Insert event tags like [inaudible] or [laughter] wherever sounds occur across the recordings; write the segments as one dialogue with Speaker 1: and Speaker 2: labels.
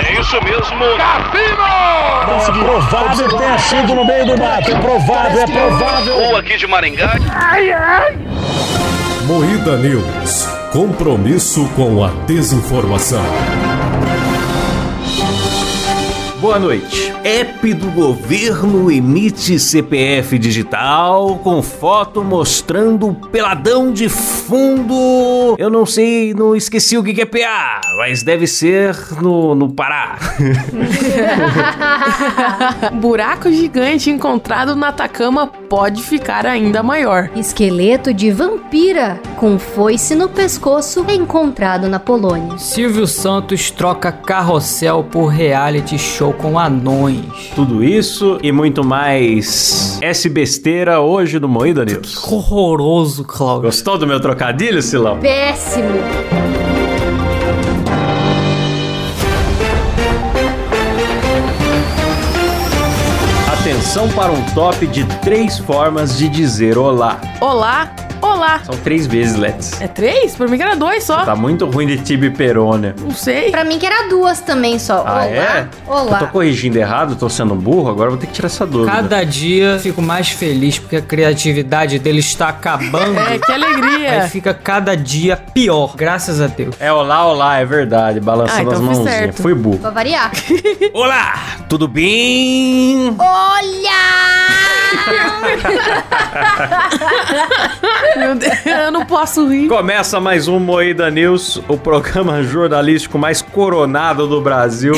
Speaker 1: É isso mesmo. Cassino!
Speaker 2: É provável ter sido no meio do mato. É provável, é provável.
Speaker 1: Ou aqui de Maringá.
Speaker 3: Moída News. Compromisso com a desinformação.
Speaker 4: Boa noite. App do governo emite CPF digital com foto mostrando peladão de fundo. Eu não sei, não esqueci o que que é PA, mas deve ser no, no Pará.
Speaker 2: [laughs]
Speaker 5: Buraco gigante encontrado na Atacama pode ficar ainda maior.
Speaker 6: Esqueleto de vampira com foice no pescoço é encontrado na Polônia.
Speaker 7: Silvio Santos troca carrossel por reality show com anões.
Speaker 4: Tudo isso e muito mais S besteira hoje no Moída News.
Speaker 7: Horroroso, Cláudio.
Speaker 4: Gostou do meu trocadilho, Silão?
Speaker 6: Péssimo!
Speaker 4: Atenção para um top de três formas de dizer olá.
Speaker 5: Olá, olá.
Speaker 4: São três vezes, Let's.
Speaker 5: É três? Por mim que era dois só.
Speaker 4: Tá muito ruim de tibi perônia.
Speaker 5: Não sei.
Speaker 6: Pra mim que era duas também só.
Speaker 4: Ah,
Speaker 6: olá,
Speaker 4: é? Eu tô
Speaker 6: olá.
Speaker 4: corrigindo errado, tô sendo um burro, agora vou ter que tirar essa dúvida.
Speaker 7: Cada dia fico mais feliz porque a criatividade dele está acabando.
Speaker 5: [laughs] É, que
Speaker 7: Aí
Speaker 4: [laughs]
Speaker 5: alegria.
Speaker 7: fica cada dia pior, graças a Deus.
Speaker 4: É olá, olá, é verdade, balançando
Speaker 5: Ah, então
Speaker 4: as
Speaker 5: fui
Speaker 4: mãozinhas.
Speaker 5: certo. Então-
Speaker 4: Fui burro. [laughs]
Speaker 6: Pra variar.
Speaker 4: Olá, tudo bem?
Speaker 6: Olha!
Speaker 5: Meu Deus, eu não posso rir.
Speaker 4: Começa mais um Moída News, o programa jornalístico mais coronado do
Speaker 5: [laughs]
Speaker 4: Brasil,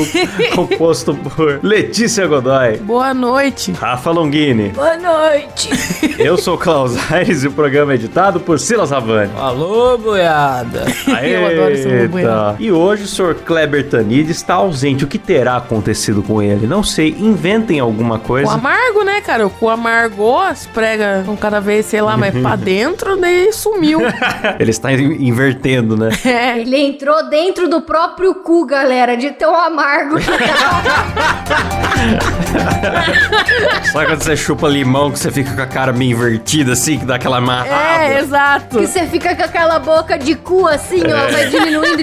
Speaker 4: composto por Letícia Godoy,
Speaker 5: Boa noite.
Speaker 4: Rafa Longini.
Speaker 6: Boa noite!
Speaker 4: Eu sou o Klaus Aires e o programa é editado por Silas Havani.
Speaker 7: Alô, boiada.
Speaker 5: [laughs] Eu adoro esse
Speaker 4: Eita.
Speaker 5: boiada.
Speaker 4: E hoje o Sr. Kleber Tanid está ausente. O que terá acontecido com ele? Não sei. Inventem alguma
Speaker 5: O
Speaker 4: coisa.
Speaker 5: amargo, né, cara? O cu amargou, as pregas com cada vez, sei lá, mas
Speaker 4: [laughs]
Speaker 5: pra dentro, daí sumiu.
Speaker 4: Ele está in- invertendo, né?
Speaker 5: É.
Speaker 6: Ele entrou dentro do próprio cu, galera, de tão amargo que
Speaker 4: [laughs]
Speaker 6: tá.
Speaker 4: Sabe quando você chupa limão que você fica com a cara meio invertida assim, que dá aquela Ah, amarrada?
Speaker 5: É, exato.
Speaker 6: que você fica com aquela boca de cu assim, ó,
Speaker 4: É.
Speaker 6: vai diminuindo,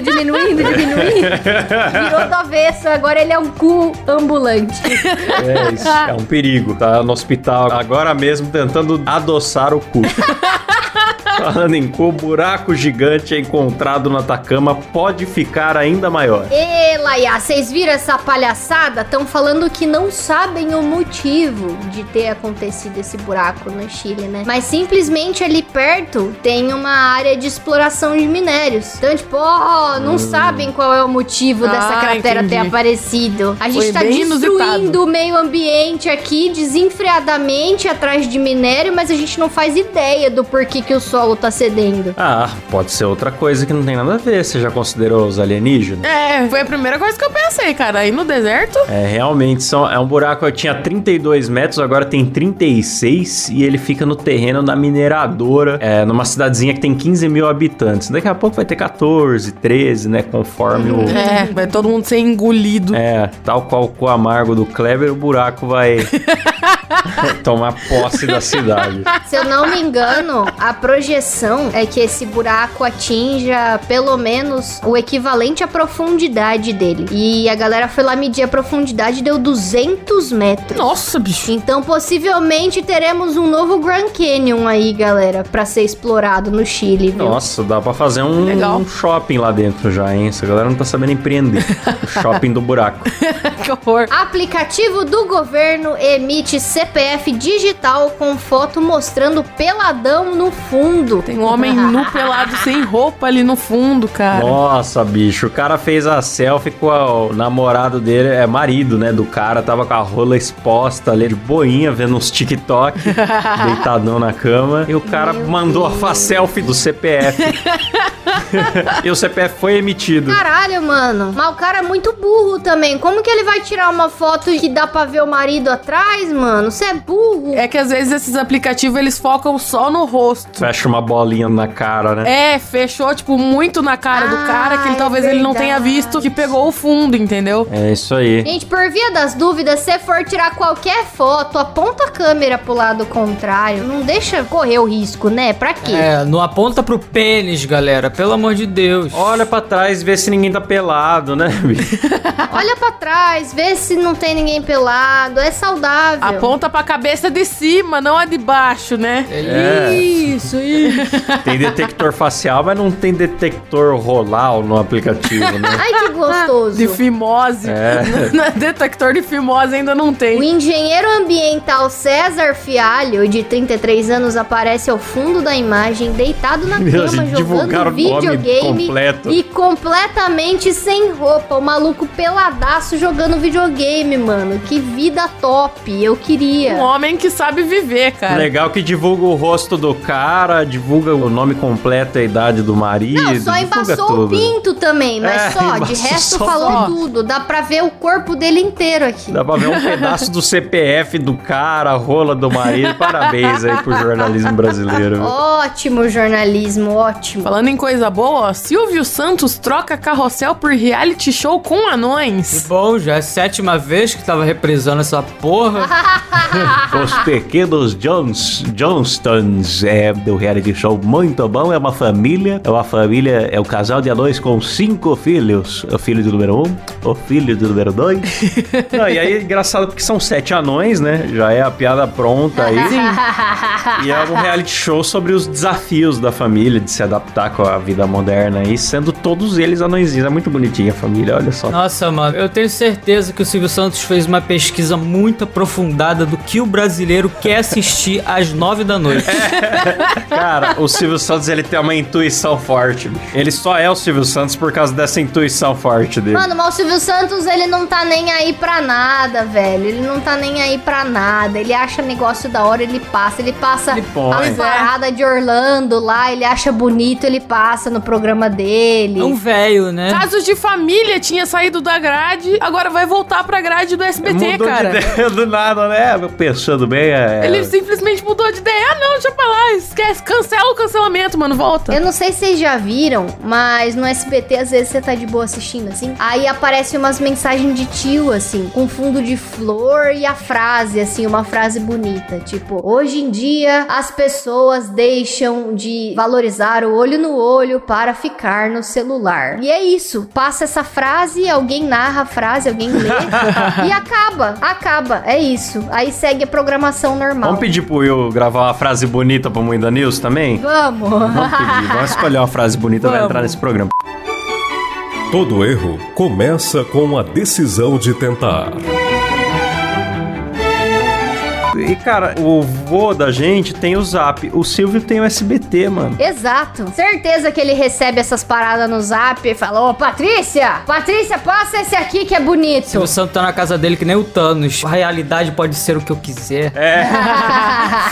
Speaker 4: [laughs]
Speaker 6: diminuindo, diminuindo. Virou do avesso, agora ele é um cu ambulante.
Speaker 4: É, isso é um perigo. Tá no hospital agora mesmo tentando adoçar o
Speaker 5: [laughs]
Speaker 4: cu. Falando em cu, buraco gigante é encontrado na Atacama pode ficar ainda maior.
Speaker 6: Ê, Laia, vocês viram essa palhaçada? Estão falando que não sabem o motivo de ter acontecido esse buraco no Chile, né? Mas simplesmente ali perto tem uma área de exploração de minérios. Então, tipo, ó, não sabem qual é o motivo dessa
Speaker 5: Hum. Ah,
Speaker 6: cratera ter
Speaker 5: entendi.
Speaker 6: aparecido. A gente
Speaker 5: Foi
Speaker 6: tá
Speaker 5: bem
Speaker 6: destruindo
Speaker 5: inusitado.
Speaker 6: o meio ambiente aqui desenfreadamente atrás de minério, mas a gente não faz ideia do porquê que o solo tá cedendo.
Speaker 4: Ah, pode ser outra coisa que não tem nada a ver. Você já considerou os alienígenas?
Speaker 5: É, foi a primeira coisa que eu pensei, cara. Aí no deserto,
Speaker 4: É, realmente, são, é um buraco que tinha 32 metros, agora tem 36 e ele fica no terreno da mineradora, é, numa cidadezinha que tem 15 mil habitantes. Daqui a pouco vai ter 14, 13, né? Conforme
Speaker 5: [laughs]
Speaker 4: o,
Speaker 5: é, vai todo mundo ser engolido.
Speaker 4: Hum. É, tal qual o cu amargo do Kleber, o buraco vai tomar posse da cidade.
Speaker 6: Se eu não me engano, a projeção é que esse buraco atinja pelo menos o equivalente à profundidade dele. E a galera foi lá medir a profundidade e deu 200 metros.
Speaker 5: Nossa, bicho. [laughs]
Speaker 6: Então, possivelmente teremos um novo Grand Canyon aí, galera, pra ser explorado no Chile, viu?
Speaker 4: Nossa, dá pra fazer um,
Speaker 5: Legal.
Speaker 4: um shopping lá dentro já, hein? Essa galera não tá sabendo empreender. O shopping do buraco.
Speaker 5: Que horror.
Speaker 6: Aplicativo do governo emite CPF digital com foto mostrando peladão no fundo. Ah.
Speaker 5: Tem um homem nu pelado sem roupa ali no fundo, cara.
Speaker 4: Nossa, bicho, o cara fez a selfie com a- o namorado dele, é marido, né, do cara, tava com a rola exposta ali, de boinha, vendo uns TikTok, deitadão na cama, e o cara mandou a selfie do CPF. e o CPF foi emitido.
Speaker 6: Caralho, mano. Mas o cara é muito burro também. Como que ele vai tirar uma foto que dá pra ver o marido atrás, mano? Você é burro.
Speaker 5: É que às vezes esses aplicativos eles focam só no rosto.
Speaker 4: Fecha fecha uma bolinha na cara, né?
Speaker 5: É, fechou, tipo, muito na cara do
Speaker 6: Ah,
Speaker 5: cara que ele,
Speaker 6: é
Speaker 5: talvez ele não tenha
Speaker 6: verdade.
Speaker 5: visto que pegou o fundo, entendeu?
Speaker 4: É isso aí.
Speaker 6: Gente, por via das dúvidas, se for tirar qualquer foto, aponta a câmera pro lado contrário. Não deixa correr o risco, né? Pra quê?
Speaker 7: É, não aponta pro pênis, galera. Pelo amor de Deus.
Speaker 4: Olha pra trás, vê se ninguém tá pelado, né, bicho?
Speaker 6: Olha pra trás, vê se não tem ninguém pelado. É saudável.
Speaker 5: Aponta pra cabeça de cima, não a de baixo, né?
Speaker 4: É.
Speaker 7: Isso, isso.
Speaker 4: Tem detector facial, mas não tem detector rolar no aplicativo, né?
Speaker 6: Ai,
Speaker 5: [laughs]
Speaker 6: que gostoso.
Speaker 5: De fimose.
Speaker 4: É.
Speaker 5: [laughs] Não é Detector de fimose ainda não
Speaker 6: O
Speaker 5: tem.
Speaker 6: engenheiro ambiental César Fialho, de 33 anos, aparece ao fundo da imagem, deitado
Speaker 4: [laughs]
Speaker 6: na
Speaker 4: Meu,
Speaker 6: cama,
Speaker 4: gente,
Speaker 6: jogando
Speaker 4: divulgaram o nome
Speaker 6: videogame
Speaker 4: completo.
Speaker 6: e completamente sem roupa. O maluco peladaço jogando videogame, mano. Que vida top, eu queria.
Speaker 5: Um homem que sabe viver, cara.
Speaker 4: Legal que divulga o rosto do cara, divulga o nome completo, a idade do marido.
Speaker 6: Não, só
Speaker 4: divulga
Speaker 6: embaçou o
Speaker 4: tudo. né?
Speaker 6: pinto também, mas
Speaker 4: É,
Speaker 6: só, de
Speaker 4: embaçou
Speaker 6: resto
Speaker 4: só
Speaker 6: falou
Speaker 5: só.
Speaker 6: tudo. Dá pra ver o corpo dele inteiro aqui.
Speaker 4: Dá pra ver um pedaço do CPF do cara, a rola do marido. Parabéns aí pro jornalismo brasileiro.
Speaker 6: Ótimo jornalismo, ótimo.
Speaker 5: Falando em coisa boa, ó, Silvio Santos troca carrossel por reality show com
Speaker 7: Que
Speaker 5: anões.
Speaker 7: bom, já é a sétima vez que tava reprisando essa
Speaker 5: [laughs]
Speaker 7: porra.
Speaker 4: Os pequenos Johns, Johnstons é do reality show muito bom. É uma família, é uma família, é um casal de anões com cinco filhos. O filho do número um, o filho do número
Speaker 6: [laughs]
Speaker 4: dois. Não, e aí, engraçado porque são sete anões, né? Já é a piada pronta aí.
Speaker 6: [laughs]
Speaker 4: E é um reality show sobre os desafios da família de se adaptar com a vida moderna e sendo todos eles anõezinhos. É muito bonitinha a família, olha só.
Speaker 7: Nossa, mano, eu tenho certeza que o Silvio Santos fez uma pesquisa muito aprofundada do que o brasileiro quer assistir [laughs] às nove da noite.
Speaker 6: É.
Speaker 4: Cara, o Silvio Santos ele tem uma intuição forte. bicho. Ele só é o Silvio Santos por causa dessa intuição forte dele.
Speaker 6: Mano, mas o Silvio Santos, ele não tá nem aí pra nada, velho. Ele não tá nem aí pra nada. Ele acha negócio da hora, ele passa. Ele passa
Speaker 4: Ele põe.
Speaker 6: as
Speaker 5: Pois é.
Speaker 6: paradas de Orlando lá, ele acha bonito, ele passa no programa dele.
Speaker 7: É um velho, né?
Speaker 6: Tá
Speaker 5: Casos de família tinha saído da grade, agora vai voltar pra grade do SBT,
Speaker 4: Mudou
Speaker 5: cara.
Speaker 4: de ideia do nada, né? Pensando bem, é...
Speaker 5: Ele simplesmente mudou de ideia. Ah, não, deixa pra lá, esquece. Cancela o cancelamento, mano, volta.
Speaker 6: Eu não sei se vocês já viram, mas no SBT às vezes você tá de boa assistindo assim. Aí aparece umas mensagens de tio, assim, com fundo de flor e a frase, assim, uma frase bonita. Tipo, hoje em dia as pessoas deixam de valorizar o olho no olho para ficar no celular. E é isso. Passa essa frase, alguém narra a frase,
Speaker 4: [laughs]
Speaker 6: alguém lê e acaba. Acaba. É isso. Aí segue a programação normal.
Speaker 4: Vamos pedir pro Will gravar uma frase bonita pro Mundo News também?
Speaker 6: Vamos.
Speaker 4: Vamos pedir, vamos escolher uma frase bonita pra
Speaker 7: Vamos.
Speaker 4: entrar nesse programa.
Speaker 3: Todo erro começa com a decisão de tentar.
Speaker 4: E, cara, o vô da gente tem o Zap, o Silvio tem o SBT, mano.
Speaker 6: Exato. Certeza que ele recebe essas paradas no zap e fala: Ô, Patrícia! Patrícia, passa esse aqui que é bonito. [laughs]
Speaker 7: [laughs] Silvio Santos tá na casa dele que nem o Thanos. A realidade pode ser o que eu quiser.
Speaker 6: [laughs]
Speaker 4: É,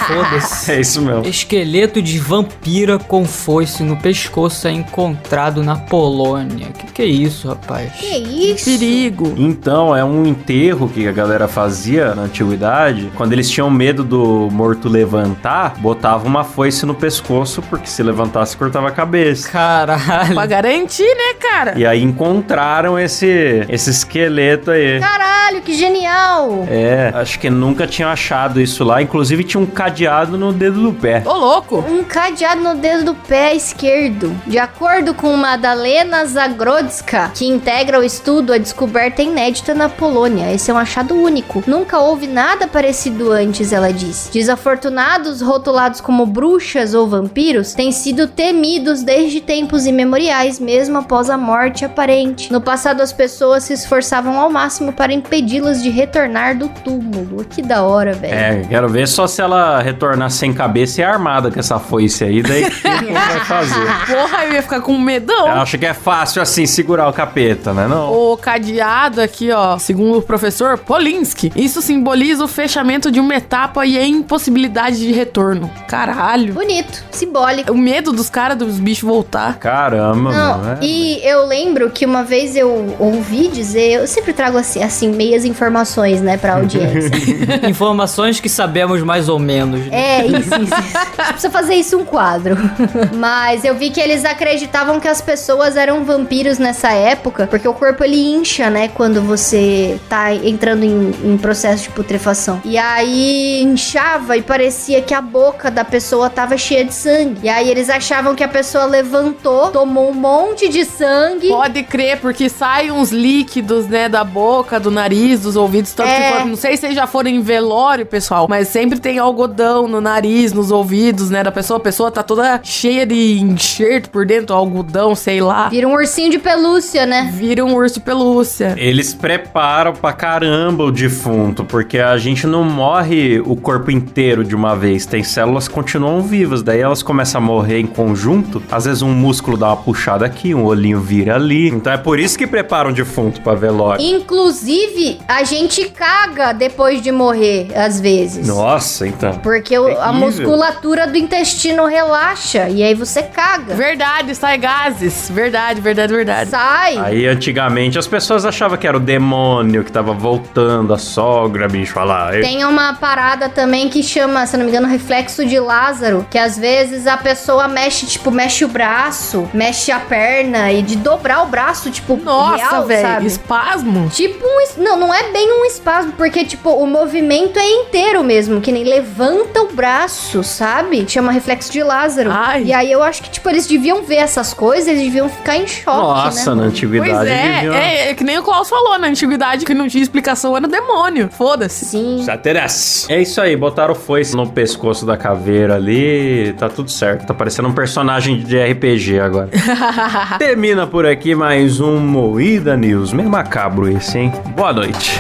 Speaker 7: Foda-se.
Speaker 4: é isso mesmo.
Speaker 7: Esqueleto de vampira com foice no pescoço é encontrado na Polônia. Que que é isso, rapaz?
Speaker 6: Que isso?
Speaker 5: Perigo.
Speaker 4: Então, é um enterro que a galera fazia na antiguidade. Quando eles tinham medo do morto levantar, botava uma foice no pescoço, porque se levantasse, cortava a cabeça.
Speaker 7: Caralho.
Speaker 5: Pra garantir, né, cara?
Speaker 4: E aí encontraram esse, esse esqueleto aí.
Speaker 6: Caralho, que genial!
Speaker 4: É, acho que nunca tinham achado isso lá. Inclusive, tinha um cadeado no dedo do pé.
Speaker 5: Ô, louco.
Speaker 6: Um cadeado no dedo do pé esquerdo. De acordo com Madalena Zagrodska, que integra o estudo, a descoberta é inédita na Polônia. Esse é um achado único. Nunca houve nada parecido antes, ela diz. Desafortunados, rotulados como bruxas ou vampiros, têm sido temidos desde tempos imemoriais, mesmo após a morte aparente. No passado, as pessoas se esforçavam ao máximo para impedi-las de retornar do túmulo. Que da hora, velho.
Speaker 4: É, quero ver só se ela retornar sem cabeça e armada com essa foice aí, daí que ela vai fazer.
Speaker 5: Porra, eu ia ficar com
Speaker 4: Ela
Speaker 5: medão.
Speaker 4: acha que é fácil assim segurar o capeta, né? Não.
Speaker 5: O cadeado aqui, ó, segundo o professor Polinski, isso simboliza o fechamento de uma etapa e é impossibilidade de retorno. Caralho.
Speaker 6: Bonito, simbólico.
Speaker 5: O medo dos caras, dos bichos voltar.
Speaker 4: Caramba, mano.
Speaker 6: Não,
Speaker 4: é-
Speaker 6: e eu lembro que uma vez eu ouvi dizer, eu sempre trago assim, assim meias informações, né, pra audiência. [laughs]
Speaker 7: Informações que sabemos mais ou menos. né?
Speaker 6: É, isso, isso. isso. A gente precisa fazer isso um quadro. [laughs] Mas eu vi que eles acreditavam que as pessoas eram vampiros nessa época, porque o corpo ele incha, né, quando você tá entrando em, em processo de putrefação. E aí inchava e parecia que a boca da pessoa tava cheia de sangue. E aí eles achavam que a pessoa levantou, tomou um monte de sangue.
Speaker 5: Pode crer, porque saem uns líquidos, né, da boca, do nariz, dos ouvidos, tanto
Speaker 6: É.
Speaker 5: que quando- não sei se vocês já foram em velório, pessoal, mas sempre tem algodão no nariz, nos ouvidos, né, da pessoa. A pessoa tá toda cheia de enxerto por dentro, algodão, sei lá.
Speaker 6: Vira um ursinho de pelúcia, né?
Speaker 5: Vira um urso de pelúcia.
Speaker 4: Eles preparam pra caramba o defunto, porque a gente não morre o corpo inteiro de uma vez. Tem células que continuam vivas, daí elas começam a morrer em conjunto. Às vezes um músculo dá uma puxada aqui, um olhinho vira ali. Então é por isso que preparam o defunto pra velório.
Speaker 6: Inclusive, a gente caga depois de morrer, às vezes.
Speaker 4: Nossa, então.
Speaker 6: Porque o- a
Speaker 4: Terrível.
Speaker 6: musculatura do intestino relaxa e aí você caga.
Speaker 5: Verdade, sai gases. Verdade, verdade, verdade.
Speaker 6: Sai.
Speaker 4: Aí antigamente as pessoas achavam que era o demônio que tava voltando, a sogra, bicho, olha lá. Eu-
Speaker 6: Tem uma parada também que chama, se eu não me engano, reflexo de Lázaro, que às vezes a pessoa mexe, tipo, mexe o braço, mexe a perna e de dobrar o braço, tipo,
Speaker 5: Nossa,
Speaker 6: real,
Speaker 5: velho,
Speaker 6: sabe?
Speaker 5: espasmo.
Speaker 6: Tipo um. es- Não, não é bem um espasmo, porque, tipo, o movimento é inteiro mesmo, que nem levanta o braço, sabe? Chama reflexo de Lázaro.
Speaker 5: Ai.
Speaker 6: E aí eu acho que, tipo, eles deviam ver essas coisas, eles deviam ficar em choque.
Speaker 4: Nossa,
Speaker 6: né?
Speaker 4: na
Speaker 5: Pois
Speaker 4: antiguidade
Speaker 5: é,
Speaker 4: viviam-
Speaker 5: é, é que nem o Klaus falou, na antiguidade que não tinha explicação era demônio. Foda-se. [laughs]
Speaker 6: Sim.
Speaker 4: Satanás. É isso aí, botaram o foice no pescoço da caveira ali, tá tudo certo. Tá parecendo um personagem de RPG agora. [laughs] Termina por aqui mais um Moída News. Meio macabro esse, hein? Boa noite.